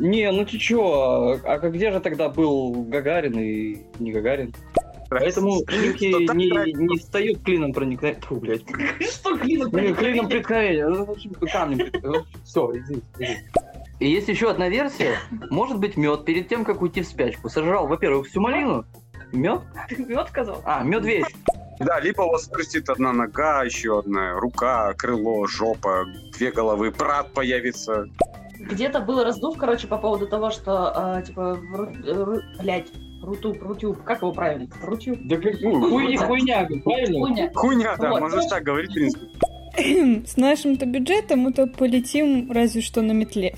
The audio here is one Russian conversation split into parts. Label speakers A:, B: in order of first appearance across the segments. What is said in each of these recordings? A: Не, ну ты чё, а как- где же тогда был Гагарин и не Гагарин? Поэтому клинки
B: Что так
A: не,
B: нравится? Ну,
A: не встают клином проникновения. Фу, блядь.
C: Что клинок?
A: Ну, Клином преткновения. Ну, в общем, камнем. Все, иди, иди. И есть еще одна версия. Может быть, мед перед тем, как уйти в спячку, сожрал, во-первых, всю малину. Мед?
C: Мед сказал.
A: А, медведь.
B: Да, либо у вас вырастет одна нога, еще одна рука, крыло, жопа, две головы, брат появится.
C: Где-то был раздув, короче, по поводу того, что, э, типа, ру- ру- блядь, рутуб, рутюб, как его правильно? Рутюб?
A: Да как хуйня, хуйня, правильно?
C: Хуйня.
B: Хуйня, да,
C: Вот.
B: можно же так говорить, в принципе.
D: С нашим-то бюджетом мы то полетим разве что на метле.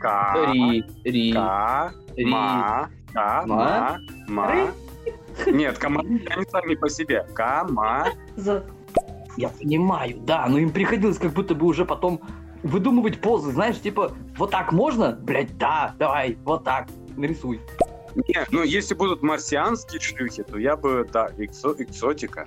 B: Ка,
A: Ри, ри,
B: ка,
A: ри.
B: ма, ка,
A: Ма.
B: ма, ма. Нет, комары, они сами по себе. Кама.
C: За-
A: Я понимаю, да, но им приходилось как будто бы уже потом выдумывать позы, знаешь, типа, вот так можно? Блять, да, давай, вот так, нарисуй.
B: Нет, ну если будут марсианские шлюхи, то я бы, да, эксо- эксотика.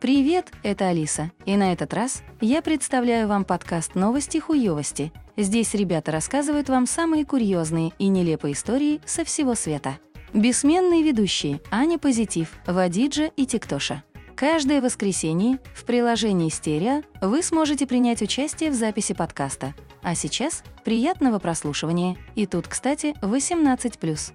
E: Привет, это Алиса, и на этот раз я представляю вам подкаст «Новости хуёвости». Здесь ребята рассказывают вам самые курьезные и нелепые истории со всего света. Бессменные ведущие Аня Позитив, Вадиджа и Тиктоша. Каждое воскресенье в приложении «Стерео» вы сможете принять участие в записи подкаста. А сейчас приятного прослушивания. И тут, кстати, 18+.